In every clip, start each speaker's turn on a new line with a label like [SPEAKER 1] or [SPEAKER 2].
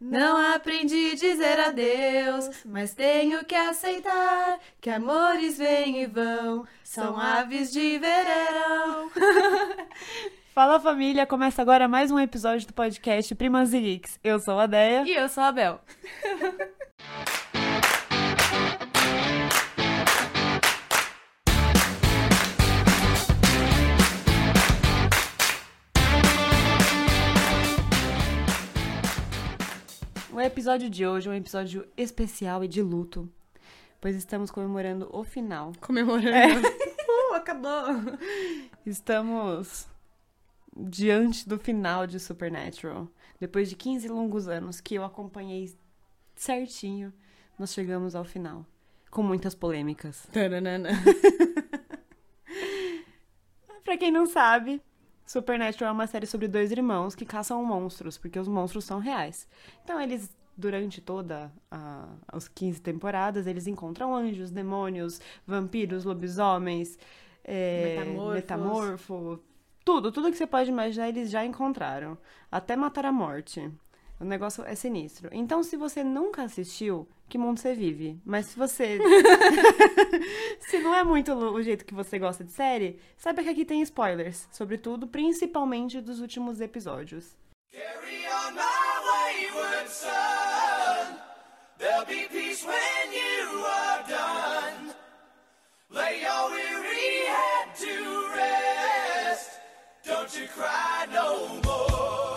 [SPEAKER 1] Não aprendi a dizer adeus, mas tenho que aceitar que amores vêm e vão, são aves de verão.
[SPEAKER 2] Fala família, começa agora mais um episódio do podcast Primas e Geeks. Eu sou a Deia.
[SPEAKER 1] E eu sou a Bel.
[SPEAKER 2] O episódio de hoje é um episódio especial e de luto, pois estamos comemorando o final.
[SPEAKER 1] Comemorando. Uh, acabou.
[SPEAKER 2] Estamos diante do final de Supernatural. Depois de 15 longos anos que eu acompanhei certinho, nós chegamos ao final, com muitas polêmicas.
[SPEAKER 1] Taranana.
[SPEAKER 2] Pra quem não sabe, Supernatural é uma série sobre dois irmãos que caçam monstros, porque os monstros são reais. Então eles, durante toda a, as 15 temporadas, eles encontram anjos, demônios, vampiros, lobisomens, é,
[SPEAKER 1] Metamorfos.
[SPEAKER 2] metamorfo, tudo, tudo que você pode imaginar eles já encontraram, até matar a morte. O negócio é sinistro. Então, se você nunca assistiu, que mundo você vive? Mas se você se não é muito o jeito que você gosta de série, saiba que aqui tem spoilers, sobretudo, principalmente dos últimos episódios.
[SPEAKER 3] Carry on my wayward son. There'll be peace when you are done. Lay your weary head to rest. Don't you cry no more.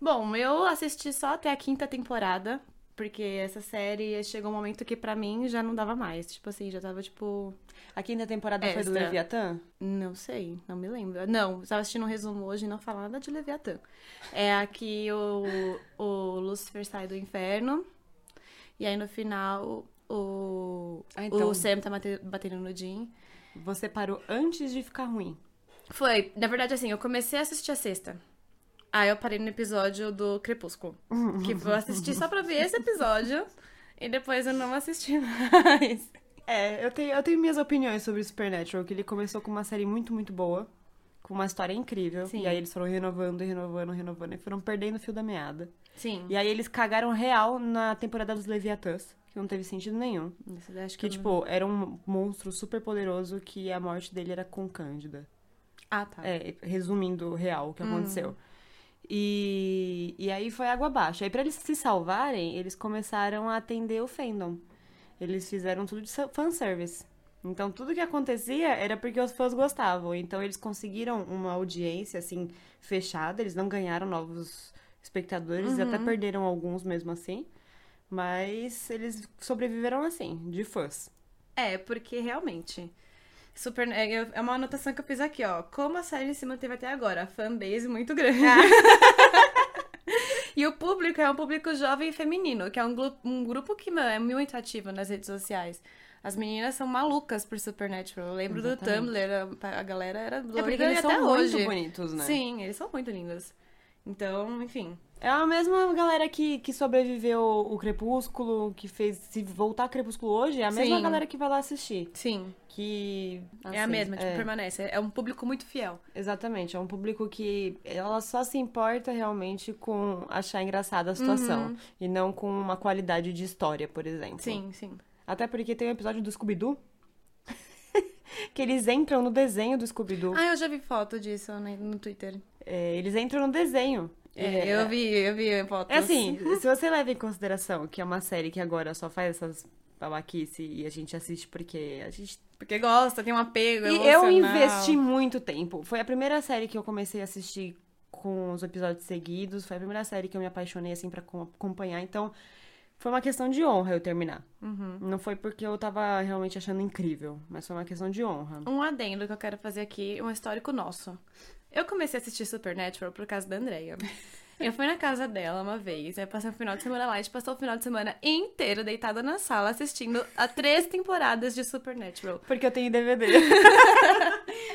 [SPEAKER 1] Bom, eu assisti só até a quinta temporada, porque essa série chegou um momento que pra mim já não dava mais. Tipo assim, já tava tipo.
[SPEAKER 2] A quinta temporada foi do
[SPEAKER 1] Extra.
[SPEAKER 2] Leviatã?
[SPEAKER 1] Não sei, não me lembro. Não, eu tava assistindo um resumo hoje e não fala nada de Leviatã. É aqui o, o Lucifer sai do inferno. E aí no final o,
[SPEAKER 2] Ah, então.
[SPEAKER 1] o Sam tá mate- batendo no Jim.
[SPEAKER 2] Você parou antes de ficar ruim.
[SPEAKER 1] Foi, na verdade, assim, eu comecei a assistir a sexta. Aí eu parei no episódio do Crepúsculo. Que eu assisti só pra ver esse episódio. E depois eu não assisti mais.
[SPEAKER 2] É, eu tenho, eu tenho minhas opiniões sobre Supernatural, que ele começou com uma série muito, muito boa, com uma história incrível,
[SPEAKER 1] Sim.
[SPEAKER 2] e aí eles foram renovando, renovando, renovando, e foram perdendo o fio da meada.
[SPEAKER 1] Sim.
[SPEAKER 2] E aí eles cagaram real na temporada dos Leviatãs, que não teve sentido nenhum.
[SPEAKER 1] Isso daí acho que
[SPEAKER 2] Que,
[SPEAKER 1] eu não-
[SPEAKER 2] tipo, era um monstro super poderoso que a morte dele era com Cândida.
[SPEAKER 1] Ah, tá.
[SPEAKER 2] É, resumindo o real o que aconteceu. E, e aí foi água abaixo. Aí pra eles se salvarem, eles começaram a atender o fandom. Eles fizeram tudo de sa- fanservice. Então tudo que acontecia era porque os fãs gostavam. Então eles conseguiram uma audiência, assim, fechada. Eles não ganharam novos espectadores, até perderam alguns mesmo assim. Mas eles sobreviveram assim, de fãs.
[SPEAKER 1] É, porque realmente. Super, é eu- é uma anotação que eu fiz aqui, ó. Como a série se manteve até agora? Fanbase muito grande.
[SPEAKER 2] Ah.
[SPEAKER 1] e o público é um público jovem e feminino, que é um, glu- um grupo que meu, é muito ativo nas redes sociais. As meninas são malucas por Supernatural. Eu lembro
[SPEAKER 2] Exatamente.
[SPEAKER 1] do Tumblr, a, a galera era doida
[SPEAKER 2] É porque
[SPEAKER 1] e
[SPEAKER 2] eles
[SPEAKER 1] até
[SPEAKER 2] são muito
[SPEAKER 1] hoje.
[SPEAKER 2] bonitos, né?
[SPEAKER 1] Sim, eles são muito lindos. Então, enfim.
[SPEAKER 2] É a mesma galera que, que sobreviveu o Crepúsculo, que fez. Se voltar Crepúsculo hoje, é a mesma
[SPEAKER 1] Sim.
[SPEAKER 2] galera que vai lá assistir.
[SPEAKER 1] Sim,
[SPEAKER 2] Que.
[SPEAKER 1] é a
[SPEAKER 2] assim,
[SPEAKER 1] mesma, tipo,
[SPEAKER 2] é,
[SPEAKER 1] permanece. É um público muito fiel.
[SPEAKER 2] Exatamente. É um público que ela só se importa realmente com achar engraçada a situação. E não com uma qualidade de história, por exemplo.
[SPEAKER 1] Uhum. Sim, sim.
[SPEAKER 2] Até porque tem um episódio do Scooby-Doo. que eles entram no desenho do Scooby-Doo.
[SPEAKER 1] Ah, eu já vi foto disso né, no Twitter.
[SPEAKER 2] É, eles entram no desenho.
[SPEAKER 1] É, eu vi, eu vi fotos.
[SPEAKER 2] É assim, se você leva em consideração que é uma série que agora só faz essas babaquice e a gente assiste porque a gente.
[SPEAKER 1] Porque gosta, tem um apego.
[SPEAKER 2] E eu investi muito tempo. Foi a primeira série que eu comecei a assistir com os episódios seguidos. Foi a primeira série que eu me apaixonei, assim, pra co- acompanhar. Então, foi uma questão de honra eu terminar.
[SPEAKER 1] Uhum.
[SPEAKER 2] Não foi porque eu tava realmente achando incrível, mas foi uma questão de honra.
[SPEAKER 1] Um adendo que eu quero fazer aqui, um histórico nosso. Eu comecei a assistir Supernatural por causa da Andrea. Eu fui na casa dela uma vez, aí passei o final de semana lá, a gente passou o final de semana inteiro deitada na sala assistindo a três temporadas de Supernatural.
[SPEAKER 2] Porque eu tenho DVD.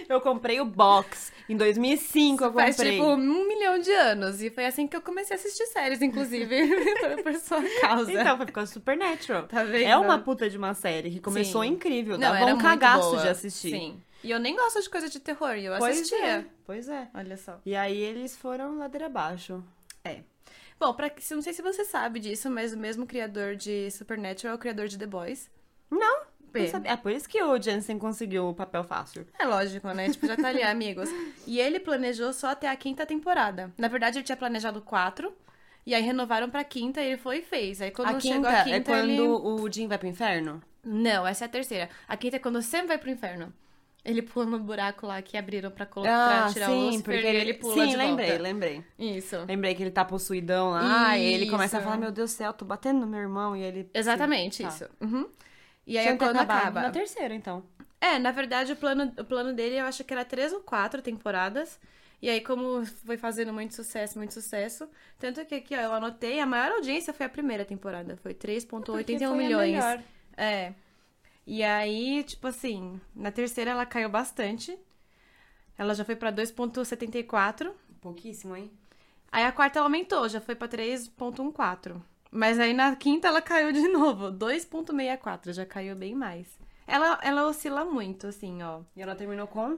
[SPEAKER 2] eu comprei o box. Em 2005 eu comprei.
[SPEAKER 1] Faz tipo um milhão de anos. E foi assim que eu comecei a assistir séries, inclusive, por, por sua causa.
[SPEAKER 2] Então, foi por causa do Supernatural.
[SPEAKER 1] Tá vendo?
[SPEAKER 2] É uma puta de uma série que começou
[SPEAKER 1] Sim.
[SPEAKER 2] incrível.
[SPEAKER 1] Não,
[SPEAKER 2] Dava
[SPEAKER 1] era
[SPEAKER 2] um
[SPEAKER 1] muito
[SPEAKER 2] cagaço
[SPEAKER 1] boa.
[SPEAKER 2] de assistir.
[SPEAKER 1] Sim. E eu nem gosto de coisa de terror, e eu
[SPEAKER 2] Pois
[SPEAKER 1] assistia.
[SPEAKER 2] é. Pois é.
[SPEAKER 1] Olha só.
[SPEAKER 2] E aí eles foram ladeira abaixo.
[SPEAKER 1] É. Bom, pra, se- não sei se você sabe disso, mas o mesmo criador de Supernatural é o criador de The Boys.
[SPEAKER 2] Não,
[SPEAKER 1] Bem.
[SPEAKER 2] não sabia. É por isso que o Jensen conseguiu o papel fácil.
[SPEAKER 1] É lógico, né? Tipo, já tá ali, amigos. E ele planejou só até a quinta temporada. Na verdade, ele tinha planejado quatro. E aí renovaram pra quinta e ele foi e fez. Aí quando
[SPEAKER 2] a
[SPEAKER 1] chegou
[SPEAKER 2] quinta
[SPEAKER 1] a
[SPEAKER 2] é
[SPEAKER 1] quinta,
[SPEAKER 2] quando
[SPEAKER 1] ele...
[SPEAKER 2] o Jim vai pro inferno?
[SPEAKER 1] Não, essa é a terceira. A quinta é quando o Sam vai pro inferno. Ele pula no buraco lá que abriram pra colocar,
[SPEAKER 2] Ah,
[SPEAKER 1] tirar o Lucifer e ele pula
[SPEAKER 2] Sim,
[SPEAKER 1] de
[SPEAKER 2] lembrei,
[SPEAKER 1] volta.
[SPEAKER 2] lembrei.
[SPEAKER 1] Isso.
[SPEAKER 2] Lembrei que ele tá possuidão lá, Ah, e ele começa a
[SPEAKER 1] Isso.
[SPEAKER 2] falar, meu Deus do céu, tô batendo no meu irmão, e ele...
[SPEAKER 1] Exatamente,
[SPEAKER 2] Tá.
[SPEAKER 1] isso. Uhum. E
[SPEAKER 2] E
[SPEAKER 1] aí
[SPEAKER 2] aí
[SPEAKER 1] é quando acaba.
[SPEAKER 2] Na terceira, então.
[SPEAKER 1] É, na verdade, o plano, o plano dele eu acho que era três ou quatro temporadas. E aí, como foi fazendo muito sucesso, muito sucesso. Tanto que aqui, ó, eu anotei, a maior audiência foi a primeira temporada.
[SPEAKER 2] É
[SPEAKER 1] Foi 3,81 milhões. É. E aí, tipo assim, na terceira ela caiu bastante. Ela já foi pra 2,74.
[SPEAKER 2] Pouquíssimo, hein?
[SPEAKER 1] Aí a quarta ela aumentou, já foi pra 3.14. Mas aí na quinta ela caiu de novo, 2.64, já caiu bem mais. Ela, ela oscila muito, assim, ó.
[SPEAKER 2] E ela terminou com...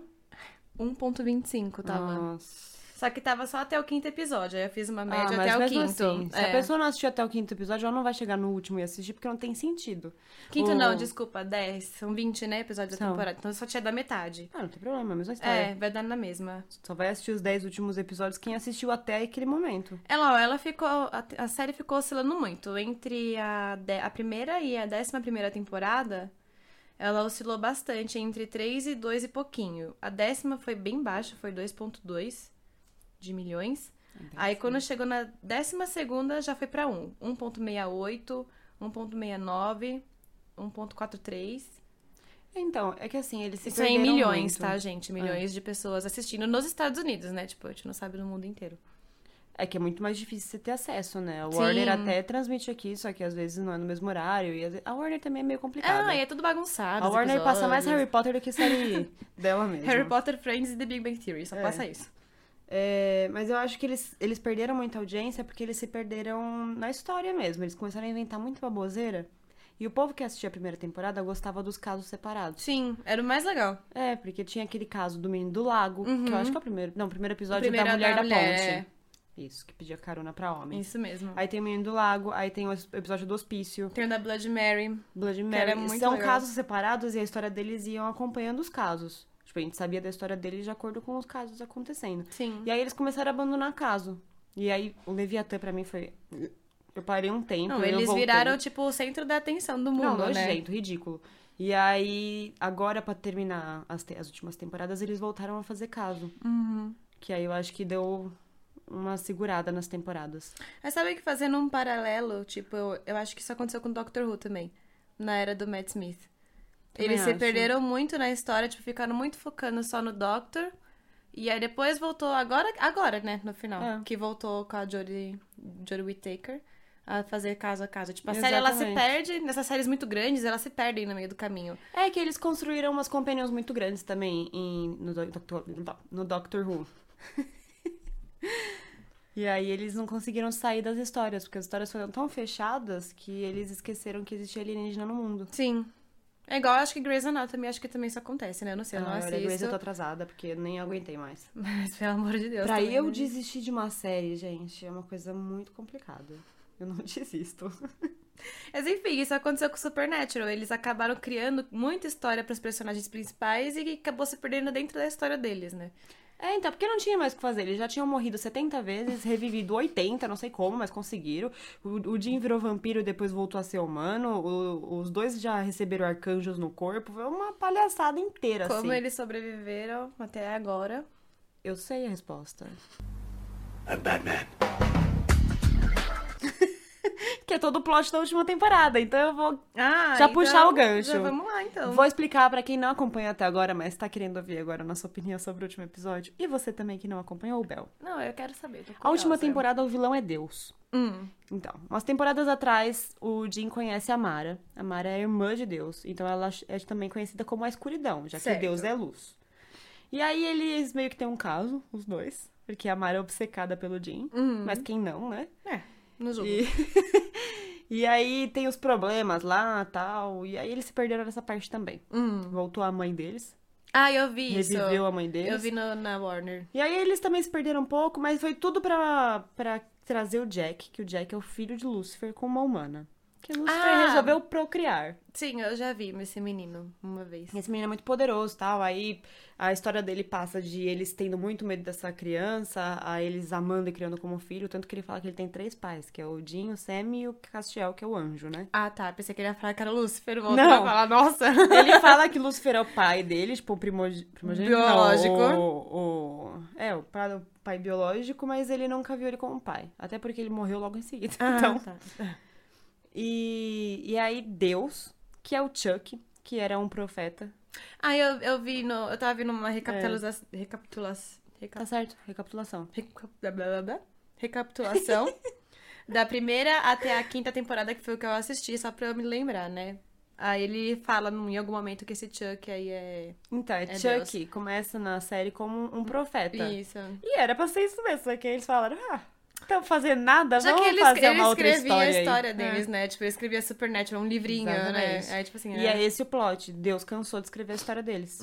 [SPEAKER 1] 1.25 tava.
[SPEAKER 2] Nossa.
[SPEAKER 1] Só que tava só até o quinto episódio, aí eu fiz uma
[SPEAKER 2] Ah,
[SPEAKER 1] média
[SPEAKER 2] mas
[SPEAKER 1] até o
[SPEAKER 2] mesmo
[SPEAKER 1] quinto.
[SPEAKER 2] assim, se
[SPEAKER 1] É.
[SPEAKER 2] a pessoa não assistiu até o quinto episódio, ela não vai chegar no último e assistir, porque não tem sentido.
[SPEAKER 1] Quinto
[SPEAKER 2] O-
[SPEAKER 1] não, desculpa, 10, são 20, né, episódios da
[SPEAKER 2] São.
[SPEAKER 1] temporada. Então só tinha da metade.
[SPEAKER 2] Ah, não tem problema, é a mesma
[SPEAKER 1] É,
[SPEAKER 2] história.
[SPEAKER 1] vai dar na mesma.
[SPEAKER 2] Só vai assistir os 10 últimos episódios quem assistiu até aquele momento.
[SPEAKER 1] Ela, ó, É, ela ficou. A, a série ficou oscilando muito. Entre a, de- a primeira e a décima primeira temporada, ela oscilou bastante, entre 3 e 2 e pouquinho. A décima foi bem baixa, foi 2,2 de milhões. Aí quando chegou na décima segunda, já foi pra 1. 1,68, 1,69, 1,43.
[SPEAKER 2] Então, é que assim, eles se
[SPEAKER 1] Isso aí em
[SPEAKER 2] perderam
[SPEAKER 1] milhões,
[SPEAKER 2] muito. É.
[SPEAKER 1] tá, gente? Milhões de pessoas assistindo nos Estados Unidos, né? Tipo, a gente não sabe no mundo inteiro.
[SPEAKER 2] É que é muito mais difícil você ter acesso, né? A
[SPEAKER 1] Sim.
[SPEAKER 2] Warner até transmite aqui, só que às vezes não é no mesmo horário. E às vezes- a Warner também é meio complicada.
[SPEAKER 1] Ah, e é tudo bagunçado.
[SPEAKER 2] a
[SPEAKER 1] os
[SPEAKER 2] Warner passa mais
[SPEAKER 1] episódios.
[SPEAKER 2] Harry Potter do que série dela mesmo.
[SPEAKER 1] Harry Potter, Friends e The Big Bang Theory, só
[SPEAKER 2] É.
[SPEAKER 1] passa isso.
[SPEAKER 2] É, mas eu acho que eles, eles perderam muita audiência porque eles se perderam na história mesmo. Eles começaram a inventar muita baboseira. E o povo que assistia a primeira temporada gostava dos casos separados.
[SPEAKER 1] Sim, era o mais legal.
[SPEAKER 2] É, porque tinha aquele caso do menino do lago, que eu acho que é o primeiro. Não, o primeiro episódio
[SPEAKER 1] Uhum. primeiro
[SPEAKER 2] da
[SPEAKER 1] é
[SPEAKER 2] mulher
[SPEAKER 1] da
[SPEAKER 2] da,
[SPEAKER 1] mulher, é.
[SPEAKER 2] ponte. Isso, que pedia carona pra homem.
[SPEAKER 1] Isso mesmo.
[SPEAKER 2] Aí tem o menino do lago, aí tem o episódio do hospício,
[SPEAKER 1] Tem o da Blood Mary.
[SPEAKER 2] Blood
[SPEAKER 1] era
[SPEAKER 2] Mary.
[SPEAKER 1] muito
[SPEAKER 2] São
[SPEAKER 1] legal.
[SPEAKER 2] casos separados e a história deles iam acompanhando os casos. Tipo, a gente sabia da história deles de acordo com os casos acontecendo.
[SPEAKER 1] Sim.
[SPEAKER 2] E aí eles começaram a abandonar caso. E aí o Leviatã pra mim foi. Eu parei um tempo.
[SPEAKER 1] Não,
[SPEAKER 2] eu
[SPEAKER 1] eles
[SPEAKER 2] voltei.
[SPEAKER 1] viraram, tipo, o centro da atenção do
[SPEAKER 2] Não,
[SPEAKER 1] mundo, né?
[SPEAKER 2] nojento, ridículo. E aí, agora pra terminar as, te- as últimas temporadas, eles voltaram a fazer caso.
[SPEAKER 1] Uhum.
[SPEAKER 2] Que aí eu acho que deu uma segurada nas temporadas.
[SPEAKER 1] Mas sabe que fazendo um paralelo, tipo, eu, eu acho que isso aconteceu com o Doctor Who também, na era do Matt Smith.
[SPEAKER 2] Também
[SPEAKER 1] Eles se
[SPEAKER 2] acho.
[SPEAKER 1] perderam muito na história, tipo, ficaram muito focando só no Doctor. E aí depois voltou agora, agora, né, no final,
[SPEAKER 2] É.
[SPEAKER 1] que voltou com a Jodie, Jodie Whittaker a fazer caso a caso. Tipo, a série ela se
[SPEAKER 2] Exatamente.
[SPEAKER 1] perde, nessas séries muito grandes, elas se perdem no meio do caminho.
[SPEAKER 2] É que eles construíram umas companions muito grandes também em- no, do- Doctor, no Doctor Who. e aí eles não conseguiram sair das histórias, porque as histórias foram tão fechadas que eles esqueceram que existia alienígena no mundo.
[SPEAKER 1] Sim. É igual, acho que Grey's Anatomy, acho que também isso acontece, né? Eu não sei, eu não
[SPEAKER 2] Ah, olha, Grace,
[SPEAKER 1] assisto.
[SPEAKER 2] eu tô atrasada, porque nem aguentei mais.
[SPEAKER 1] Mas, pelo amor de Deus.
[SPEAKER 2] pra
[SPEAKER 1] também,
[SPEAKER 2] eu
[SPEAKER 1] né?
[SPEAKER 2] desistir de uma série, gente, é uma coisa muito complicada. Eu não desisto.
[SPEAKER 1] Mas enfim, isso aconteceu com Supernatural. Eles acabaram criando muita história pros personagens principais e acabou se perdendo dentro da história deles, né?
[SPEAKER 2] É, então, porque não tinha mais o que fazer. Eles já tinham morrido 70 vezes, revivido 80, não sei como, mas conseguiram. O, o Jim virou vampiro e depois voltou a ser humano. O- os dois já receberam arcanjos no corpo. Foi uma palhaçada inteira,
[SPEAKER 1] Como
[SPEAKER 2] assim.
[SPEAKER 1] eles sobreviveram até agora.
[SPEAKER 2] Eu sei a resposta.
[SPEAKER 3] I'm Batman.
[SPEAKER 2] Que é todo o plot da última temporada, então eu vou...
[SPEAKER 1] Ah,
[SPEAKER 2] Já puxar o gancho.
[SPEAKER 1] já vamos lá, então.
[SPEAKER 2] Vou explicar pra quem não acompanha até agora, mas tá querendo ouvir agora a nossa opinião sobre o último episódio. E você também que não acompanhou o Bel.
[SPEAKER 1] Não, eu quero saber. tô
[SPEAKER 2] A última
[SPEAKER 1] curiosa.
[SPEAKER 2] temporada, o vilão é Deus.
[SPEAKER 1] Hum.
[SPEAKER 2] Então, umas temporadas atrás, o Jim conhece a Mara. A Mara é a irmã de Deus, então ela é também conhecida como a escuridão, já
[SPEAKER 1] Certo.
[SPEAKER 2] que Deus é luz. E aí eles meio que têm um caso, os dois, porque a Mara é obcecada pelo Jim,
[SPEAKER 1] Uhum.
[SPEAKER 2] mas quem não, né?
[SPEAKER 1] É, no jogo.
[SPEAKER 2] E... e aí tem os problemas lá, tal, e aí eles se perderam nessa parte também. Voltou a mãe deles,
[SPEAKER 1] Ah, eu vi Uhum. isso.
[SPEAKER 2] reviveu a mãe deles.
[SPEAKER 1] Eu vi no- na Warner.
[SPEAKER 2] E aí eles também se perderam um pouco, mas foi tudo pra, pra trazer o Jack, que o Jack é o filho de Lúcifer com uma humana. Que Lúcifer
[SPEAKER 1] Ah!
[SPEAKER 2] resolveu procriar.
[SPEAKER 1] Sim, eu já vi esse menino uma vez.
[SPEAKER 2] Esse menino é muito poderoso tal. Aí a história dele passa de eles tendo muito medo dessa criança, a eles amando e criando como filho. Tanto que ele fala que ele tem três pais, que é o Dinho, o Sam e o Castiel, que é o anjo, né?
[SPEAKER 1] Ah, tá. Pensei que ele ia falar que era o Lúcifer. Voltou
[SPEAKER 2] Não.
[SPEAKER 1] não. falar, nossa.
[SPEAKER 2] Ele fala que Lúcifer é o pai dele, tipo, o primogi... primogênito. não,
[SPEAKER 1] Biológico.
[SPEAKER 2] o- o- É, o pai, o pai biológico, mas ele nunca viu ele como pai. Até porque ele morreu logo em seguida. então.
[SPEAKER 1] tá.
[SPEAKER 2] E, e aí, Deus, que é o Chuck, que era um profeta.
[SPEAKER 1] Ah, eu, eu vi no. Eu tava vendo uma recapitulação.
[SPEAKER 2] É.
[SPEAKER 1] Recapitulação.
[SPEAKER 2] Tá certo, recapitulação.
[SPEAKER 1] Recapitulação. da primeira até a quinta temporada, que foi o que eu assisti, só pra eu me lembrar, né? Aí ele fala num- em algum momento que esse Chuck aí é.
[SPEAKER 2] Então, é
[SPEAKER 1] É
[SPEAKER 2] Chuck começa na série como um profeta.
[SPEAKER 1] Isso.
[SPEAKER 2] E era pra ser isso mesmo, só que eles falaram, ah, estão fazendo nada,
[SPEAKER 1] Já
[SPEAKER 2] vamos
[SPEAKER 1] que ele,
[SPEAKER 2] fazer
[SPEAKER 1] escre- ele
[SPEAKER 2] uma outra
[SPEAKER 1] escrevia
[SPEAKER 2] história
[SPEAKER 1] a história
[SPEAKER 2] aí. É.
[SPEAKER 1] deles, né? Tipo, ele escrevia Supernatural, um livrinho,
[SPEAKER 2] Exatamente.
[SPEAKER 1] né? Aí, tipo assim,
[SPEAKER 2] E
[SPEAKER 1] ah,
[SPEAKER 2] é esse o plot. Deus cansou de escrever a história deles.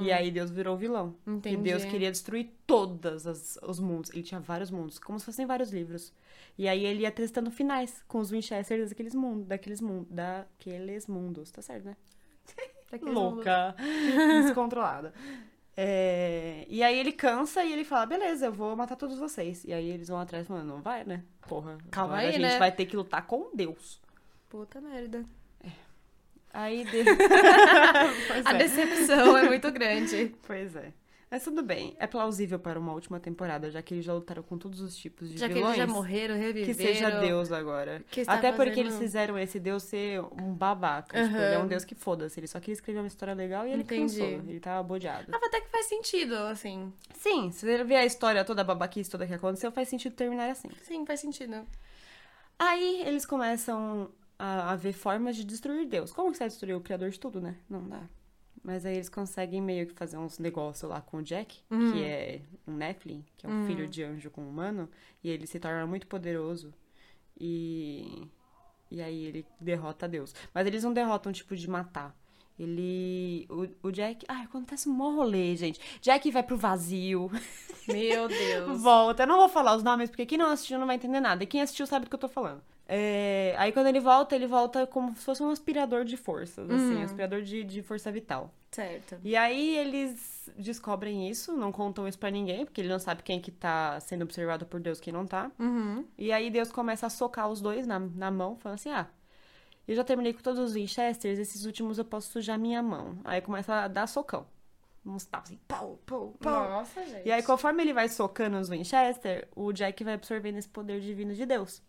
[SPEAKER 2] E aí Deus virou o vilão.
[SPEAKER 1] Entendi.
[SPEAKER 2] E Deus queria destruir todos os mundos. Ele tinha vários mundos, como se fossem vários livros. E aí ele ia testando finais com os Winchesters daqueles mundos, daqueles mundos, daqueles mundos. Tá certo, né?
[SPEAKER 1] pra que eles vão lutar?
[SPEAKER 2] Louca, descontrolada. É, E aí ele cansa e ele fala, beleza, eu vou matar todos vocês. E aí eles vão atrás falando, não vai, né? Porra,
[SPEAKER 1] Calma
[SPEAKER 2] agora
[SPEAKER 1] aí,
[SPEAKER 2] a gente
[SPEAKER 1] né?"
[SPEAKER 2] vai ter que lutar com Deus.
[SPEAKER 1] Puta merda.
[SPEAKER 2] Aí Deus... é.
[SPEAKER 1] A decepção é muito grande.
[SPEAKER 2] Pois é. Mas tudo bem, é plausível para uma última temporada, já que eles já lutaram com todos os tipos de
[SPEAKER 1] Já que eles
[SPEAKER 2] vilões.
[SPEAKER 1] já morreram, reviveram.
[SPEAKER 2] que seja Deus agora.
[SPEAKER 1] que está
[SPEAKER 2] Até porque
[SPEAKER 1] fazendo-
[SPEAKER 2] eles fizeram esse Deus ser um babaca. Tipo,
[SPEAKER 1] Aham.
[SPEAKER 2] ele é um Deus que foda-se. Ele só queria escrever uma história legal e ele
[SPEAKER 1] Entendi.
[SPEAKER 2] cansou. Ele tava bodeado.
[SPEAKER 1] Ah, até que faz sentido, assim.
[SPEAKER 2] Sim, se você ver a história toda, a babaquice toda que aconteceu, faz sentido terminar assim.
[SPEAKER 1] Sim, faz sentido.
[SPEAKER 2] Aí eles começam a, a ver formas de destruir Deus. Como que você vai destruir o criador de tudo, né? Não dá. Mas aí eles conseguem meio que fazer uns negócios lá com o Jack, que é um Nephilim, que é um filho de anjo com humano, e ele se torna muito poderoso. E e aí ele derrota Deus. Mas eles não derrotam, tipo, de matar. Ele. O, o Jack. Ai, acontece um mó rolê, gente. Jack vai pro vazio.
[SPEAKER 1] Meu Deus.
[SPEAKER 2] Volta, eu não vou falar os nomes, porque quem não assistiu não vai entender nada. E quem assistiu sabe do que eu tô falando. É, Aí quando ele volta, ele volta como se fosse um aspirador de forças, assim, aspirador de, de força vital.
[SPEAKER 1] Certo.
[SPEAKER 2] E aí eles descobrem isso, não contam isso pra ninguém, porque ele não sabe quem que tá sendo observado por Deus, quem não tá.
[SPEAKER 1] Uhum.
[SPEAKER 2] E aí Deus começa a socar os dois na, na mão, falando assim, ah, eu já terminei com todos os Winchesters, esses últimos eu posso sujar minha mão. Aí começa a dar socão. Uns tapas assim, pau, pau, pau.
[SPEAKER 1] Nossa, gente.
[SPEAKER 2] E aí, conforme ele vai socando os Winchester, o Jack vai absorvendo esse poder divino de Deus.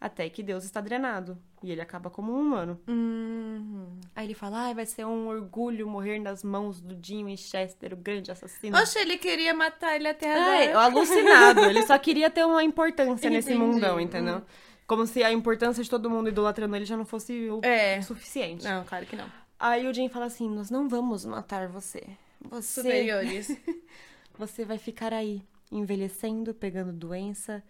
[SPEAKER 2] Até que Deus está drenado. E ele acaba como um humano.
[SPEAKER 1] Uhum.
[SPEAKER 2] Aí ele fala: ah, vai ser um orgulho morrer nas mãos do Jim Winchester, o grande assassino.
[SPEAKER 1] Oxe, é. ele queria matar ele até
[SPEAKER 2] Ai,
[SPEAKER 1] agora.
[SPEAKER 2] alucinado. Ele só queria ter uma importância nesse
[SPEAKER 1] Entendi.
[SPEAKER 2] mundão, entendeu? Como se a importância de todo mundo idolatrando ele já não fosse o
[SPEAKER 1] É.
[SPEAKER 2] suficiente.
[SPEAKER 1] Não, claro que não.
[SPEAKER 2] Aí o Jim fala assim: nós não vamos matar você. Você.
[SPEAKER 1] Superiores.
[SPEAKER 2] Você vai ficar aí, envelhecendo, pegando doença,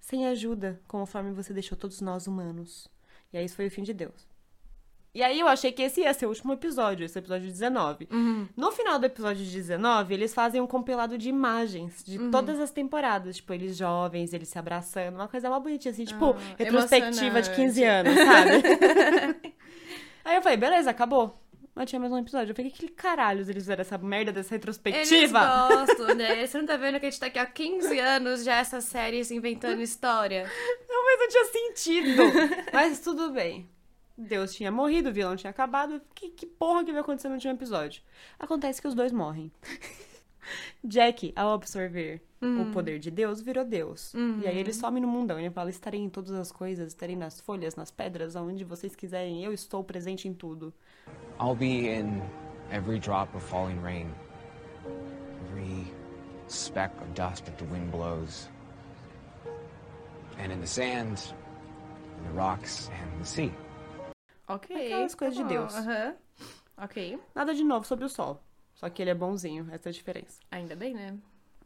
[SPEAKER 2] sem ajuda, conforme você deixou todos nós humanos. E aí isso foi o fim de Deus. E aí eu achei que esse ia ser o último episódio, esse é o episódio 19. No final do episódio 19, eles fazem um compilado de imagens de todas as temporadas. Tipo, eles jovens, eles se abraçando, uma coisa lá bonitinha, assim, tipo, retrospectiva de 15 anos, sabe? aí eu falei, beleza, acabou. Mas tinha mais um episódio. Eu falei, que caralhos eles fizeram essa merda dessa retrospectiva?
[SPEAKER 1] Eles gostam, né? Você não tá vendo que a gente tá aqui há 15 anos já essas séries inventando história?
[SPEAKER 2] Não, mas não tinha sentido. mas tudo bem. Deus tinha morrido, o vilão tinha acabado. Que, que porra que vai acontecer no último episódio? Acontece que os dois morrem. Jack, ao absorver o poder de Deus, virou Deus. E aí ele some no mundão. Ele fala: estarei em todas as coisas, estarei nas folhas, nas pedras, aonde vocês quiserem. Eu estou presente em tudo.
[SPEAKER 4] I'll be in every drop of falling rain, every speck of dust that the wind blows, and in the sand, and the rocks, and the sea.
[SPEAKER 1] Ok.
[SPEAKER 2] Aquelas coisas
[SPEAKER 1] tá
[SPEAKER 2] de
[SPEAKER 1] bom.
[SPEAKER 2] Deus.
[SPEAKER 1] Aham. Ok.
[SPEAKER 2] Nada de novo sobre o sol. Só que ele é bonzinho, essa é a diferença.
[SPEAKER 1] Ainda bem, né?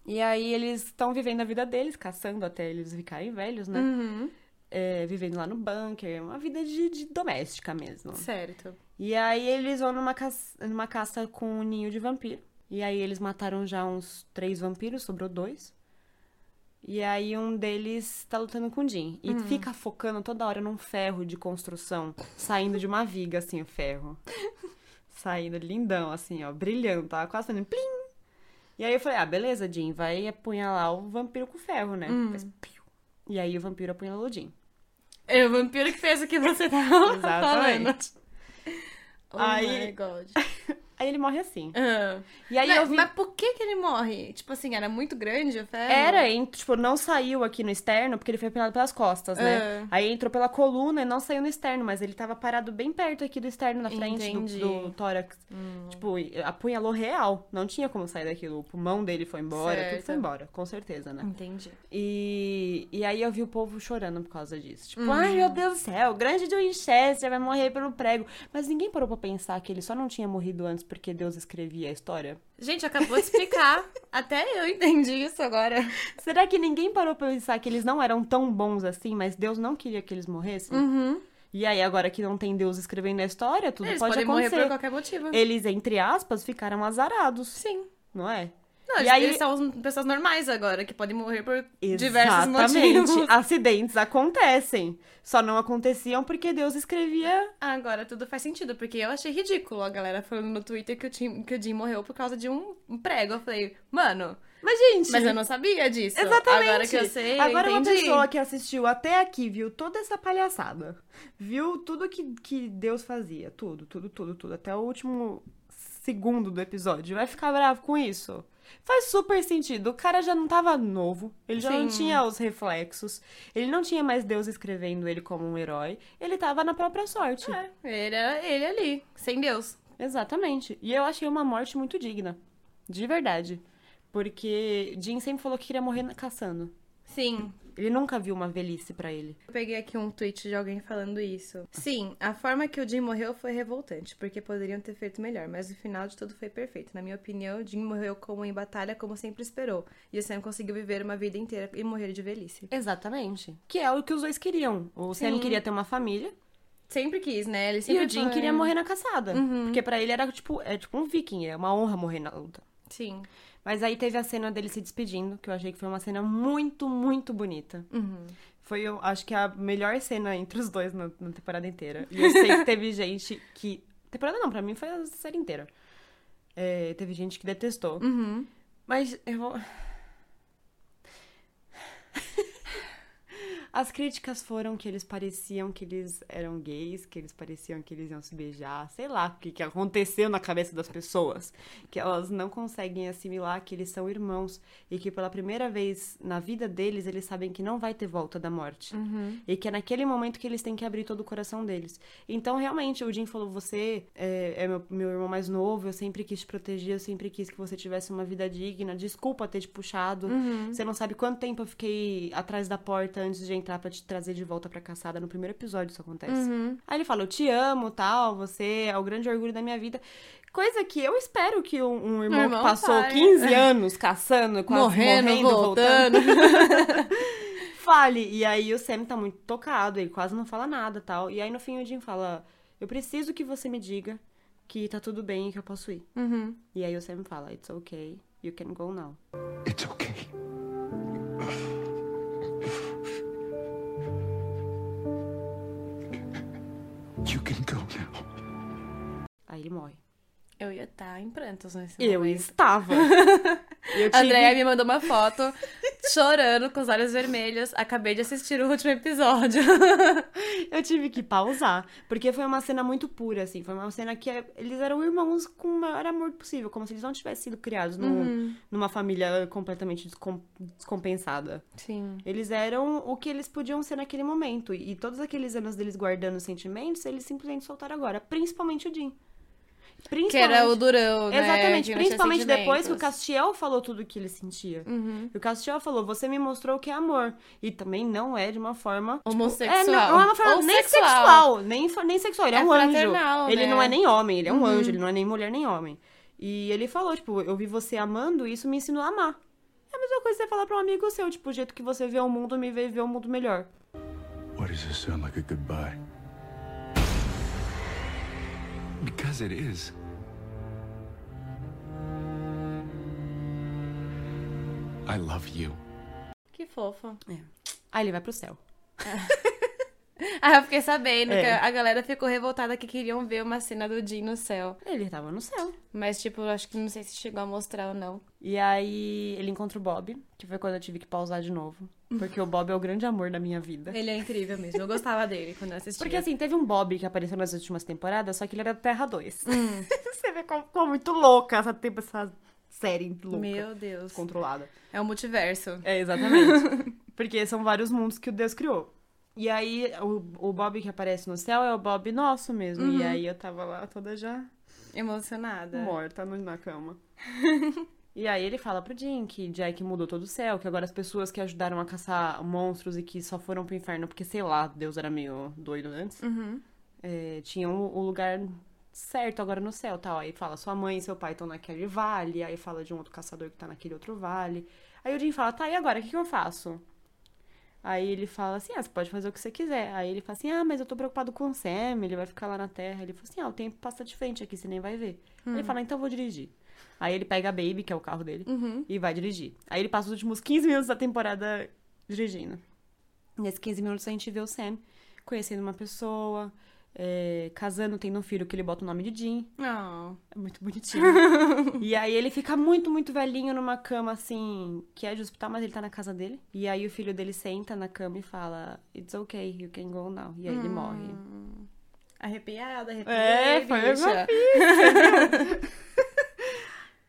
[SPEAKER 2] E aí eles estão vivendo a vida deles, caçando até eles ficarem velhos, né? É, vivendo lá no bunker, é uma vida de, de doméstica mesmo.
[SPEAKER 1] Certo.
[SPEAKER 2] E aí eles vão numa caça, numa caça com um ninho de vampiro. E aí eles mataram já uns três vampiros, sobrou dois. E aí um deles tá lutando com o Jin. E fica focando toda hora num ferro de construção, saindo de uma viga, assim, o ferro. saindo lindão, assim, ó, brilhando, tava quase fazendo plim. E aí eu falei, ah, beleza, Jin, vai apunhalar o vampiro com ferro, né? Faz piu. E aí o vampiro apunhalou o Jin.
[SPEAKER 1] É o vampiro que fez o que você tava falando.
[SPEAKER 2] Exatamente.
[SPEAKER 1] Oh
[SPEAKER 2] Aí-
[SPEAKER 1] my god.
[SPEAKER 2] Aí ele morre assim.
[SPEAKER 1] Ah.
[SPEAKER 2] E aí
[SPEAKER 1] mas,
[SPEAKER 2] eu vi...
[SPEAKER 1] mas por que que ele morre? Tipo assim, era muito grande o ferro?
[SPEAKER 2] Era, en- tipo, não saiu aqui no externo, porque ele foi apanhado pelas costas, né?
[SPEAKER 1] É.
[SPEAKER 2] Aí entrou pela coluna e não saiu no externo, mas ele tava parado bem perto aqui do externo, na frente do,
[SPEAKER 1] Entendi. Hum.
[SPEAKER 2] do tórax. Tipo, e- apunhalou real. Não tinha como sair daquilo. O pulmão dele foi embora, tudo
[SPEAKER 1] Certo.
[SPEAKER 2] foi embora, com certeza, né?
[SPEAKER 1] Ah. Entendi.
[SPEAKER 2] E, e aí eu vi o povo chorando por causa disso.
[SPEAKER 1] Uhum.
[SPEAKER 2] Tipo, ai meu Deus do céu, o grande de Winchester vai morrer pelo prego. Mas ninguém parou pra pensar que ele só não tinha morrido antes porque Deus escrevia a história.
[SPEAKER 1] Gente, acabou de explicar. Até eu entendi isso agora.
[SPEAKER 2] Será que ninguém parou pra pensar que eles não eram tão bons assim, mas Deus não queria que eles
[SPEAKER 1] Hum.
[SPEAKER 2] morressem? E aí, agora que não tem Deus escrevendo a história, tudo
[SPEAKER 1] Uhum. Eles
[SPEAKER 2] pode
[SPEAKER 1] podem morrer
[SPEAKER 2] acontecer.
[SPEAKER 1] por qualquer motivo.
[SPEAKER 2] Eles, entre aspas, ficaram azarados,
[SPEAKER 1] Sim.
[SPEAKER 2] não é?
[SPEAKER 1] Não,
[SPEAKER 2] e
[SPEAKER 1] eles-
[SPEAKER 2] aí,
[SPEAKER 1] eles são pessoas normais agora, que podem morrer por diversos
[SPEAKER 2] exatamente,
[SPEAKER 1] motivos.
[SPEAKER 2] acidentes acontecem. Só não aconteciam porque Deus escrevia.
[SPEAKER 1] Agora tudo faz sentido, porque eu achei ridículo a galera falando no Twitter que o Jim, que o Jim morreu por causa de um um prego. Eu falei, mano,
[SPEAKER 2] Mas, gente.
[SPEAKER 1] mas eu não sabia disso.
[SPEAKER 2] Exatamente.
[SPEAKER 1] Agora que eu sei,
[SPEAKER 2] Agora
[SPEAKER 1] eu
[SPEAKER 2] uma
[SPEAKER 1] entendi.
[SPEAKER 2] pessoa que assistiu até aqui, viu toda essa palhaçada, viu tudo que, que Deus fazia, tudo, tudo, tudo, tudo, até o último segundo do episódio, vai ficar bravo com isso? Faz super sentido. O cara já não tava novo, ele já não
[SPEAKER 1] Sim.
[SPEAKER 2] tinha os reflexos, ele não tinha mais Deus escrevendo ele como um herói, ele tava na própria sorte.
[SPEAKER 1] Ele era ele ali, sem Deus.
[SPEAKER 2] Exatamente. E eu achei uma morte muito digna. De verdade. Porque Jim sempre falou que queria morrer na- caçando.
[SPEAKER 1] Sim.
[SPEAKER 2] Ele nunca viu uma velhice pra ele.
[SPEAKER 1] Eu peguei aqui um tweet de alguém falando isso. Sim, a forma que o Jim morreu foi revoltante, porque poderiam ter feito melhor, mas o final de tudo foi perfeito. Na minha opinião, o Jim morreu como em batalha, como sempre esperou. E o Sam conseguiu viver uma vida inteira e morrer de velhice.
[SPEAKER 2] Exatamente. Que é o que os dois queriam. O Sam
[SPEAKER 1] Sim.
[SPEAKER 2] queria ter uma família
[SPEAKER 1] Sempre quis, né? Ele
[SPEAKER 2] e
[SPEAKER 1] sempre
[SPEAKER 2] o Jim
[SPEAKER 1] foi- Uhum.
[SPEAKER 2] queria morrer na caçada. Porque pra ele era tipo, é tipo um viking, é uma honra morrer na luta.
[SPEAKER 1] Sim.
[SPEAKER 2] Mas aí teve a cena dele se despedindo, que eu achei que foi uma cena muito, muito bonita. Foi, eu acho que, a melhor cena entre os dois na, na temporada inteira. E eu sei que teve gente que. Temporada não, pra mim foi a série inteira. É, teve gente que detestou. Mas eu vou. As críticas foram que eles pareciam que eles eram gays, que eles pareciam que eles iam se beijar, sei lá o que, que aconteceu na cabeça das pessoas. Que elas não conseguem assimilar que eles são irmãos e que pela primeira vez na vida deles eles sabem que não vai ter volta da morte. E que é naquele momento que eles têm que abrir todo o coração deles. Então, realmente, o Jim falou: Você é, é meu, meu irmão mais novo, eu sempre quis te proteger, eu sempre quis que você tivesse uma vida digna. Desculpa ter te puxado. Você não sabe quanto tempo eu fiquei atrás da porta antes de entrar pra te trazer de volta pra caçada. No primeiro episódio isso acontece. Aí ele fala: Eu te amo, tal, você é o grande orgulho da minha vida. Coisa que eu espero que um, um irmão,
[SPEAKER 1] irmão
[SPEAKER 2] que passou
[SPEAKER 1] faz.
[SPEAKER 2] 15 anos caçando, quase morrendo, voltando fale. E aí o Sam tá muito tocado, ele quase não fala nada tal. E aí no fim o Jim fala: Eu preciso que você me diga que tá tudo bem e que eu posso ir. E aí o Sam fala: It's okay, you can go now.
[SPEAKER 4] It's okay. You can go now.
[SPEAKER 2] Aí ele morre.
[SPEAKER 1] Eu ia estar em prantos nesse
[SPEAKER 2] Eu
[SPEAKER 1] momento.
[SPEAKER 2] estava. eu
[SPEAKER 1] A
[SPEAKER 2] tive...
[SPEAKER 1] Andrea me mandou uma foto chorando, com os olhos vermelhos. Acabei de assistir o último episódio.
[SPEAKER 2] eu tive que pausar, porque foi uma cena muito pura, assim. Foi uma cena que é- eles eram irmãos com o maior amor possível, como se eles não tivessem sido criados num-
[SPEAKER 1] Uhum.
[SPEAKER 2] numa família completamente descom- descompensada.
[SPEAKER 1] Sim.
[SPEAKER 2] Eles eram o que eles podiam ser naquele momento. E todos aqueles anos deles guardando sentimentos, eles simplesmente soltaram agora. Principalmente o Jim. Principalmente...
[SPEAKER 1] Que era o Durão, né?
[SPEAKER 2] Exatamente,
[SPEAKER 1] que não tinha
[SPEAKER 2] principalmente depois que o
[SPEAKER 1] sentimentos. Uhum.
[SPEAKER 2] Castiel falou tudo o que ele sentia. E o Castiel falou: Você me mostrou o que é amor. E também não é de uma forma. tipo,
[SPEAKER 1] Homossexual.
[SPEAKER 2] é, não, não é uma forma
[SPEAKER 1] Ou
[SPEAKER 2] nem
[SPEAKER 1] sexual.
[SPEAKER 2] sexual, nem, fa- nem sexual. Ele é,
[SPEAKER 1] É
[SPEAKER 2] um anjo.
[SPEAKER 1] fraternal,
[SPEAKER 2] Ele
[SPEAKER 1] né?
[SPEAKER 2] não é nem homem, ele é um anjo, ele não é nem mulher nem homem. E ele falou: Tipo, eu vi você amando e isso me ensinou a amar. É a mesma coisa que você falar pra um amigo seu: Tipo, o jeito que você vê o mundo me vê ver o mundo melhor.
[SPEAKER 5] Why does this sound like a goodbye?
[SPEAKER 4] Because it is.
[SPEAKER 5] I love you.
[SPEAKER 1] Que Fofa.
[SPEAKER 2] Aí ele vai pro céu.
[SPEAKER 1] Ah, eu fiquei sabendo
[SPEAKER 2] É.
[SPEAKER 1] que a galera ficou revoltada que queriam ver uma cena do Jim no céu.
[SPEAKER 2] Ele tava no céu.
[SPEAKER 1] Mas, tipo, eu acho que não sei se chegou a mostrar ou não.
[SPEAKER 2] E aí ele encontra o Bob, que foi quando eu tive que pausar de novo. Porque o Bob é o grande amor da minha vida.
[SPEAKER 1] Ele é incrível mesmo. Eu gostava dele quando eu assistia.
[SPEAKER 2] Porque assim, teve um Bob que apareceu nas últimas temporadas, só que ele era da Terra 2.
[SPEAKER 1] Hum.
[SPEAKER 2] Você vê como ficou muito louca essa, tempo- essa série louca.
[SPEAKER 1] Meu Deus.
[SPEAKER 2] Controlada.
[SPEAKER 1] É um multiverso.
[SPEAKER 2] É, exatamente. Porque são vários mundos que o Deus criou. E aí, o, o Bob que aparece no céu é o Bob nosso mesmo. E
[SPEAKER 1] Uhum.
[SPEAKER 2] aí eu tava lá toda já
[SPEAKER 1] Emocionada.
[SPEAKER 2] morta no- na cama. e aí ele fala pro Jim que Jack mudou todo o céu, que agora as pessoas que ajudaram a caçar monstros e que só foram pro inferno porque, sei lá, Deus era meio doido antes, é, tinham o lugar certo agora no céu, tal. Aí fala, sua mãe e seu pai estão naquele vale, aí fala de um outro caçador que tá naquele outro vale. Aí o Jim fala, tá, e agora, o que, que eu faço? Aí ele fala assim, ah, você pode fazer o que você quiser. Aí ele fala assim, ah, mas eu tô preocupado com o Sam, ele vai ficar lá na Terra. Ele fala assim, ah, o tempo passa de frente aqui, você nem vai ver. Ele fala, então eu vou dirigir. Aí ele pega a Baby, que é o carro dele,
[SPEAKER 1] Hum. Uhum.
[SPEAKER 2] e vai dirigir. Aí ele passa os últimos 15 minutos da temporada dirigindo. Nesses 15 minutos a gente vê o Sam conhecendo uma pessoa, é, casando, tendo um filho que ele bota o nome de Jim.
[SPEAKER 1] Não.
[SPEAKER 2] É muito bonitinho. né? e aí ele fica muito, muito velhinho numa cama, assim, que é de hospital, mas ele tá na casa dele. E aí o filho dele senta na cama e fala, It's okay, you can go now. E aí ele morre.
[SPEAKER 1] Arrepiada, arrepiada.
[SPEAKER 2] É, foi eu que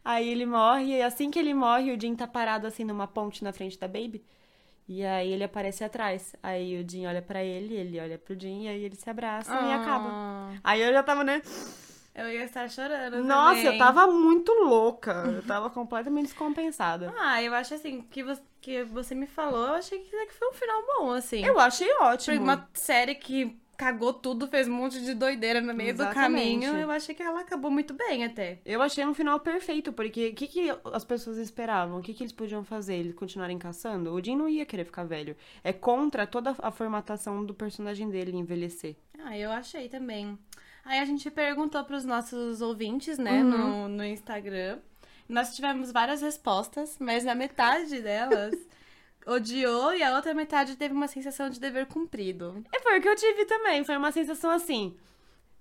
[SPEAKER 2] Aí ele morre, e assim que ele morre, o Jim tá parado assim numa ponte na frente da Baby. E aí ele aparece atrás. Aí o Jim olha pra ele, ele olha pro Jim, e aí eles se abraçam e
[SPEAKER 1] Ah.
[SPEAKER 2] acaba. Aí eu já tava, né?
[SPEAKER 1] Eu ia estar chorando.
[SPEAKER 2] Nossa,
[SPEAKER 1] também.
[SPEAKER 2] eu tava muito louca. Eu tava completamente descompensada.
[SPEAKER 1] Ah, eu acho assim, que você, que você me falou, eu achei que que foi um final bom, assim.
[SPEAKER 2] Eu achei
[SPEAKER 1] Foi
[SPEAKER 2] ótimo.
[SPEAKER 1] uma série que cagou tudo, fez um monte de doideira no meio
[SPEAKER 2] Exatamente.
[SPEAKER 1] do caminho. Eu achei que ela acabou muito bem até.
[SPEAKER 2] Eu achei um final perfeito, porque o que, que as pessoas esperavam? O que, que eles podiam fazer? Eles continuarem caçando? O Jim não ia querer ficar velho. É contra toda a formatação do personagem dele envelhecer.
[SPEAKER 1] Ah, eu achei também. Aí a gente perguntou pros nossos ouvintes, né,
[SPEAKER 2] Uhum.
[SPEAKER 1] no, no Instagram. Nós tivemos várias respostas, mas na metade delas odiou e a outra metade teve uma sensação de dever cumprido.
[SPEAKER 2] É, foi o que eu tive também. Foi uma sensação assim.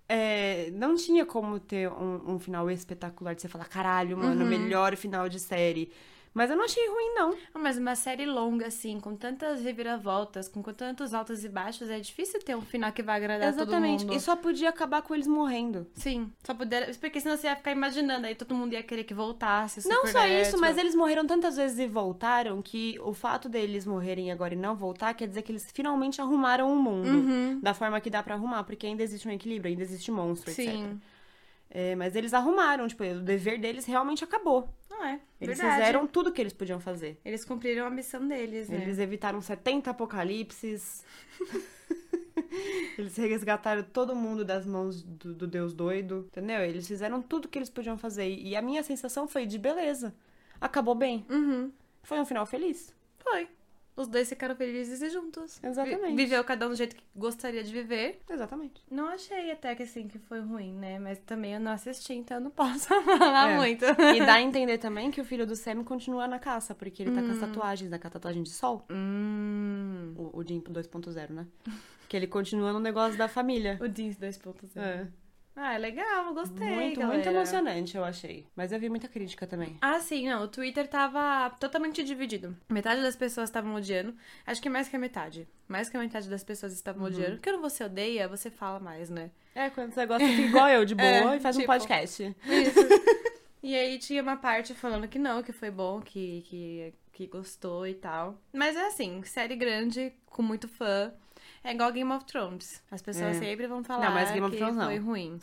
[SPEAKER 2] é, não tinha como ter um, um final espetacular de você falar, caralho, mano,
[SPEAKER 1] Uhum.
[SPEAKER 2] melhor final de série. Mas eu não achei ruim, não.
[SPEAKER 1] Ah, Mas uma série longa, assim, com tantas reviravoltas, com tantos altos e baixos, é difícil ter um final que vai agradar
[SPEAKER 2] Exatamente.
[SPEAKER 1] todo mundo.
[SPEAKER 2] E só podia acabar com eles morrendo.
[SPEAKER 1] Sim, só poder. Porque senão você ia ficar imaginando, aí todo mundo ia querer que voltasse.
[SPEAKER 2] Não só
[SPEAKER 1] Supernatural.
[SPEAKER 2] isso, mas é eles morreram tantas vezes e voltaram que o fato deles morrerem agora e não voltar quer dizer que eles finalmente arrumaram o mundo
[SPEAKER 1] Uhum.
[SPEAKER 2] da forma que dá pra arrumar, porque ainda existe um equilíbrio, ainda existe monstro, etc.
[SPEAKER 1] Sim.
[SPEAKER 2] É, mas eles arrumaram, tipo, o dever deles realmente acabou.
[SPEAKER 1] Não é.
[SPEAKER 2] Eles
[SPEAKER 1] verdade.
[SPEAKER 2] fizeram tudo que eles podiam fazer.
[SPEAKER 1] Eles cumpriram a missão deles, né?
[SPEAKER 2] Eles evitaram 70 apocalipses. eles resgataram todo mundo das mãos do, do Deus doido. Entendeu? Eles fizeram tudo que eles podiam fazer. E a minha sensação foi de beleza. Acabou bem. Foi um final feliz.
[SPEAKER 1] Uhum. Foi. Os dois ficaram felizes e juntos.
[SPEAKER 2] Exatamente.
[SPEAKER 1] Vi- viveu cada um do jeito que gostaria de viver.
[SPEAKER 2] Exatamente.
[SPEAKER 1] Não achei até que assim que foi ruim, né? Mas também eu não assisti, então eu não posso falar
[SPEAKER 2] É.
[SPEAKER 1] muito.
[SPEAKER 2] E dá a entender também que o filho do Sam continua na caça, porque ele tá com as tatuagens, né? Com a tatuagem de sol.
[SPEAKER 1] Hum.
[SPEAKER 2] O, o Jim 2.0, né? Que ele continua no negócio da família.
[SPEAKER 1] O Jeans 2.0.
[SPEAKER 2] É.
[SPEAKER 1] Ah, é legal, gostei.
[SPEAKER 2] Muito,
[SPEAKER 1] galera.
[SPEAKER 2] muito emocionante, eu achei. Mas eu vi muita crítica também.
[SPEAKER 1] Ah, sim, não. O Twitter tava totalmente dividido. Metade das pessoas estavam odiando. Acho que mais que a metade. Mais que a metade das pessoas estavam
[SPEAKER 2] Uhum.
[SPEAKER 1] odiando. Porque quando você odeia, você fala mais, né?
[SPEAKER 2] É, quando você gosta, fica igual eu, de boa,
[SPEAKER 1] É,
[SPEAKER 2] e faz um
[SPEAKER 1] tipo.
[SPEAKER 2] podcast.
[SPEAKER 1] E aí tinha uma parte falando que não, que foi bom, que, que, que gostou e tal. Mas é assim, série grande, com muito fã. É igual Game of Thrones. As pessoas
[SPEAKER 2] É.
[SPEAKER 1] sempre vão falar
[SPEAKER 2] Não, mas Game of
[SPEAKER 1] que
[SPEAKER 2] Thrones não.
[SPEAKER 1] foi ruim.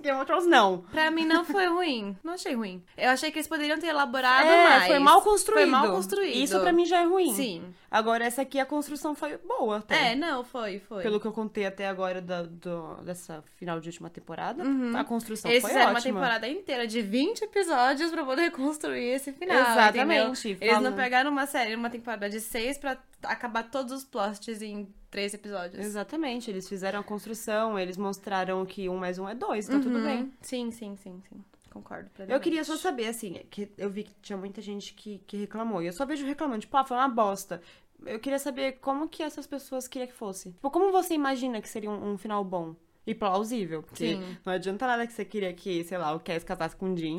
[SPEAKER 2] Game of Thrones, não.
[SPEAKER 1] Pra mim não foi ruim. Não achei ruim. Eu achei que eles poderiam ter elaborado
[SPEAKER 2] é,
[SPEAKER 1] mais.
[SPEAKER 2] foi mal construído.
[SPEAKER 1] Foi mal construído.
[SPEAKER 2] Isso pra mim já é ruim.
[SPEAKER 1] Sim.
[SPEAKER 2] Agora, essa aqui, a construção foi boa, até.
[SPEAKER 1] É, não, foi, foi.
[SPEAKER 2] Pelo que eu contei até agora da, do- dessa final de última temporada, a construção
[SPEAKER 1] Uhum. Eles
[SPEAKER 2] foi
[SPEAKER 1] fizeram
[SPEAKER 2] ótima.
[SPEAKER 1] uma temporada inteira de 20 episódios pra poder construir esse final.
[SPEAKER 2] Exatamente,
[SPEAKER 1] entendeu?
[SPEAKER 2] fala-
[SPEAKER 1] Eles não pegaram uma série, uma temporada de 6 pra acabar todos os plots em 3 episódios.
[SPEAKER 2] Exatamente, eles fizeram a construção, eles mostraram que um mais um é dois,
[SPEAKER 1] Uhum.
[SPEAKER 2] tá tudo bem.
[SPEAKER 1] Sim, sim, sim, sim. Concordo. plenamente.
[SPEAKER 2] Eu queria só saber, assim, que eu vi que tinha muita gente que, que reclamou. E eu só vejo reclamando, tipo, ah, foi uma bosta. Eu queria saber como que essas pessoas queriam que fosse. Tipo, como você imagina que seria um, um final bom? E plausível. Porque
[SPEAKER 1] Sim.
[SPEAKER 2] não adianta nada que você queria que, sei lá, o Cass casasse com o Jim.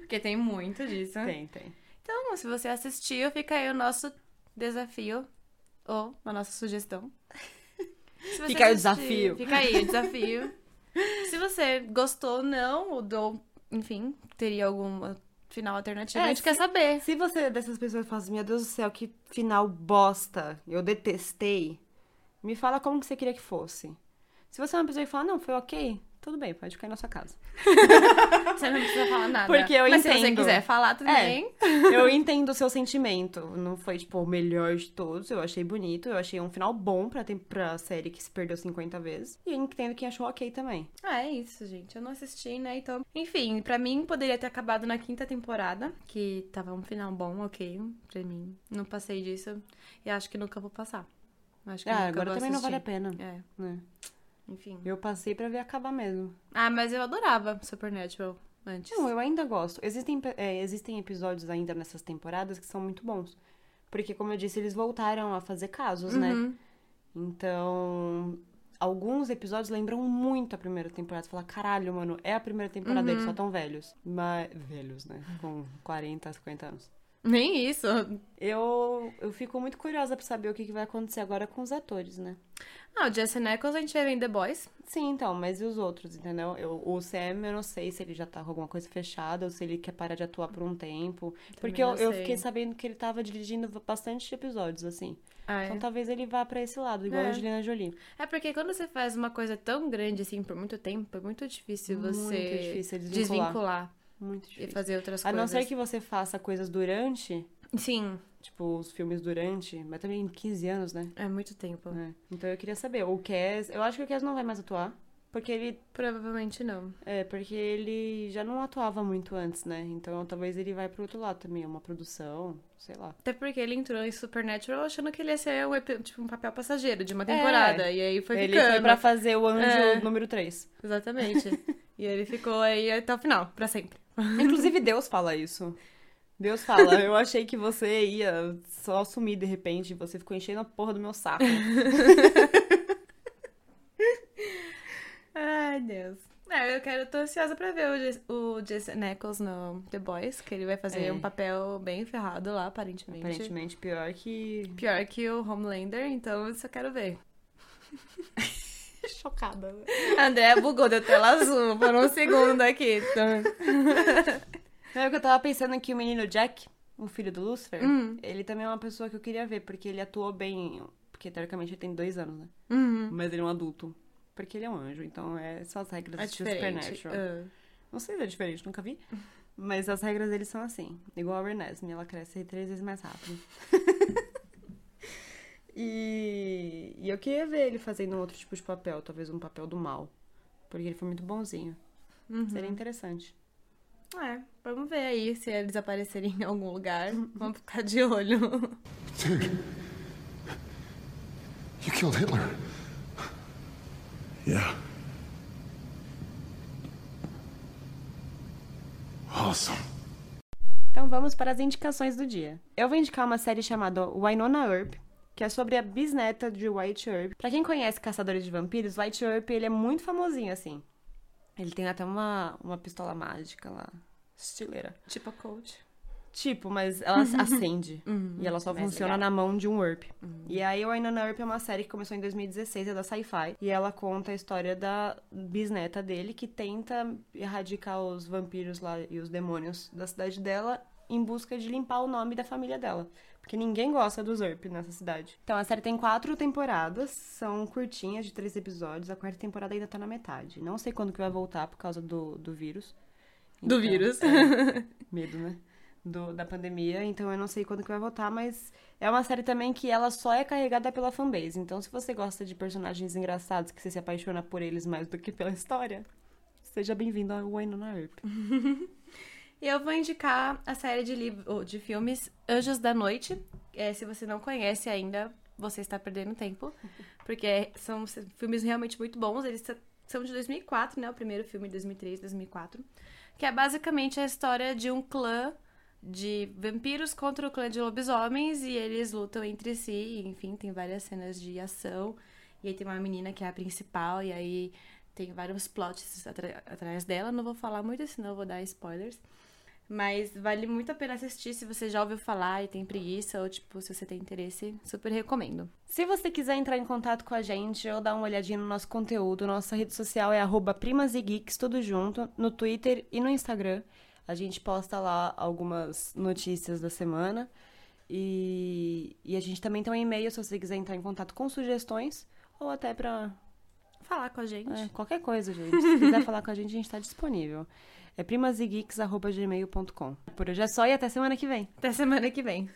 [SPEAKER 1] Porque tem muito disso.
[SPEAKER 2] tem, tem.
[SPEAKER 1] Então, se você assistiu, fica aí o nosso desafio. Ou a nossa sugestão. Se você
[SPEAKER 2] Fica aí o desafio.
[SPEAKER 1] Fica aí o desafio. se você gostou ou não, ou do- enfim, teria algum final alternativo,
[SPEAKER 2] É,
[SPEAKER 1] a gente
[SPEAKER 2] se-
[SPEAKER 1] quer saber.
[SPEAKER 2] Se você é dessas pessoas que fala assim, meu Deus do céu, que final bosta, eu detestei, me fala como que você queria que fosse. Se você é uma pessoa que fala, não, foi ok, tudo bem, pode ficar aí na sua casa.
[SPEAKER 1] Você não precisa falar nada.
[SPEAKER 2] Porque eu
[SPEAKER 1] Mas se você
[SPEAKER 2] entendo. É,
[SPEAKER 1] quiser falar também,
[SPEAKER 2] Eu entendo o seu sentimento. Não foi, tipo, o melhor de todos. Eu achei bonito. Eu achei um final bom pra, tem- pra série que se perdeu 50 vezes. E eu entendo quem achou ok também.
[SPEAKER 1] Ah, é isso, gente. Eu não assisti, né? Então. Enfim, pra mim poderia ter acabado na quinta temporada, que tava um final bom, ok, pra mim. Não passei disso e acho que nunca vou passar. Acho que
[SPEAKER 2] ah,
[SPEAKER 1] nunca
[SPEAKER 2] agora
[SPEAKER 1] vou
[SPEAKER 2] também não vale a
[SPEAKER 1] assistir.
[SPEAKER 2] pena.
[SPEAKER 1] É,
[SPEAKER 2] né?
[SPEAKER 1] enfim.
[SPEAKER 2] Eu passei pra ver acabar mesmo.
[SPEAKER 1] Ah, mas eu adorava Supernatural antes.
[SPEAKER 2] Não, eu ainda gosto. Existem, pe- é, existem episódios ainda nessas temporadas que são muito bons. Porque, como eu disse, eles voltaram a fazer casos, né? Então, alguns episódios lembram muito a primeira temporada. Você fala, caralho, mano, é a primeira temporada, eles só tão velhos. Mas, velhos, né? Com 40, 50 anos.
[SPEAKER 1] Nem isso.
[SPEAKER 2] Eu, eu fico muito curiosa pra saber o que, que vai acontecer agora com os atores, né?
[SPEAKER 1] Ah, o Jesse Nichols a gente vai ver em The Boys.
[SPEAKER 2] Sim, então, mas e os outros, entendeu? Eu, o Sam, eu não sei se ele já tá com alguma coisa fechada ou se ele quer parar de atuar por um tempo. porque eu,
[SPEAKER 1] não
[SPEAKER 2] eu
[SPEAKER 1] sei.
[SPEAKER 2] fiquei sabendo que ele tava dirigindo bastante episódios, assim.
[SPEAKER 1] Ah, é.
[SPEAKER 2] Então talvez ele vá pra esse lado, igual
[SPEAKER 1] É.
[SPEAKER 2] a Angelina Jolie.
[SPEAKER 1] É porque quando você faz uma coisa tão grande assim por muito tempo, é muito difícil
[SPEAKER 2] Muito
[SPEAKER 1] você
[SPEAKER 2] difícil desvincular.
[SPEAKER 1] desvincular
[SPEAKER 2] Muito
[SPEAKER 1] e
[SPEAKER 2] difícil.
[SPEAKER 1] fazer outras
[SPEAKER 2] A
[SPEAKER 1] coisas.
[SPEAKER 2] não ser que você faça coisas durante,
[SPEAKER 1] Sim,
[SPEAKER 2] tipo, os filmes durante, mas também 15 anos, né?
[SPEAKER 1] é muito tempo.
[SPEAKER 2] É. Então eu queria saber, o Cass... Eu acho que o Cass não vai mais atuar, porque ele
[SPEAKER 1] Provavelmente não.
[SPEAKER 2] É, porque ele já não atuava muito antes, né? Então talvez ele vai pro outro lado também, uma produção, sei lá.
[SPEAKER 1] Até porque ele entrou em Supernatural achando que ele ia ser um, epi- tipo, um papel passageiro de uma temporada. E aí foi
[SPEAKER 2] ele
[SPEAKER 1] ficando.
[SPEAKER 2] foi pra fazer o anjo
[SPEAKER 1] É.
[SPEAKER 2] número 3.
[SPEAKER 1] Exatamente. e ele ficou aí até o final, pra sempre.
[SPEAKER 2] Inclusive Deus fala isso. Deus fala, eu achei que você ia só sumir de repente, você ficou enchendo a porra do meu saco.
[SPEAKER 1] Ai, Deus. É, eu quero, eu tô ansiosa pra ver o Jas- o Jason Nichols no The Boys, que ele vai fazer
[SPEAKER 2] É.
[SPEAKER 1] um papel bem ferrado lá, aparentemente.
[SPEAKER 2] Aparentemente pior que...
[SPEAKER 1] Pior que o Homelander, então eu só quero ver.
[SPEAKER 2] Chocada. né?
[SPEAKER 1] A Andrea bugou, deu tela azul por um segundo aqui. Então,
[SPEAKER 2] Não é que eu tava pensando que o menino Jack, o filho do Lucifer,
[SPEAKER 1] Hum.
[SPEAKER 2] ele também é uma pessoa que eu queria ver, porque ele atuou bem. Porque teoricamente ele tem dois anos, né?
[SPEAKER 1] Uhum.
[SPEAKER 2] Mas ele é um adulto. Porque ele é um anjo, então é só as regras
[SPEAKER 1] É
[SPEAKER 2] de
[SPEAKER 1] diferente.
[SPEAKER 2] Supernatural.
[SPEAKER 1] Ah.
[SPEAKER 2] Não sei se é diferente, nunca vi. Mas as regras dele são assim. Igual a Renesme, ela cresce três vezes mais rápido. e... e eu queria ver ele fazendo um outro tipo de papel, talvez um papel do mal. Porque ele foi muito bonzinho.
[SPEAKER 1] Uhum.
[SPEAKER 2] Seria interessante.
[SPEAKER 1] É, vamos ver aí se eles aparecerem em algum lugar. Vamos ficar de olho.
[SPEAKER 5] Dude, you killed Hitler. Yeah. Awesome.
[SPEAKER 2] Então vamos para as indicações do dia. Eu vou indicar uma série chamada Winona Earp, que é sobre a bisneta de White Earp. Pra quem conhece Caçadores de Vampiros, White Earp ele é muito famosinho assim. Ele tem até uma, uma pistola mágica lá, estileira.
[SPEAKER 1] Tipo a coach.
[SPEAKER 2] Tipo, mas ela acende. e ela só
[SPEAKER 1] mais
[SPEAKER 2] funciona
[SPEAKER 1] Uhum. legal. Uhum.
[SPEAKER 2] na mão de um Earp. E aí, Winona Earp é uma série que começou em 2016, é da Sci-Fi. E ela conta a história da bisneta dele, que tenta erradicar os vampiros lá e os demônios da cidade dela em busca de limpar o nome da família dela. Porque ninguém gosta dos Earp nessa cidade. Então, a série tem quatro temporadas, são curtinhas, de três episódios. A quarta temporada ainda tá na metade. Não sei quando que vai voltar por causa do, do vírus.
[SPEAKER 1] Do
[SPEAKER 2] Então,
[SPEAKER 1] vírus.
[SPEAKER 2] medo, né? Do, da pandemia, então eu não sei quando que vai voltar, mas é uma série também que ela só é carregada pela fanbase. Então, se você gosta de personagens engraçados que você se apaixona por eles mais do que pela história, seja bem-vindo ao Winona Earp.
[SPEAKER 1] E eu vou indicar a série de, liv- ou de filmes Anjos da Noite. É, se você não conhece ainda, você está perdendo tempo. Porque são s- filmes realmente muito bons. Eles sa- são de 2004, né? O primeiro filme, 2003, 2004. Que é basicamente a história de um clã de vampiros contra o clã de lobisomens e eles lutam entre si, e, enfim, tem várias cenas de ação. E aí tem uma menina que é a principal, e aí tem vários plots atra- atrás dela. Não vou falar muito, senão eu vou dar spoilers. Mas vale muito a pena assistir se você já ouviu falar e tem preguiça, ou tipo, se você tem interesse, super recomendo.
[SPEAKER 2] Se você quiser entrar em contato com a gente ou dar uma olhadinha no nosso conteúdo, nossa rede social é arroba primas e geeks, tudo junto, no Twitter e no Instagram. A gente posta lá algumas notícias da semana. E, e a gente também tem um e-mail se você quiser entrar em contato com sugestões ou até pra
[SPEAKER 1] Falar com a gente.
[SPEAKER 2] é, qualquer coisa, gente. Se quiser falar com a gente, a gente tá disponível. É primasegeeks.gmail.com. Por hoje é só e até semana que vem.
[SPEAKER 1] Até semana que vem.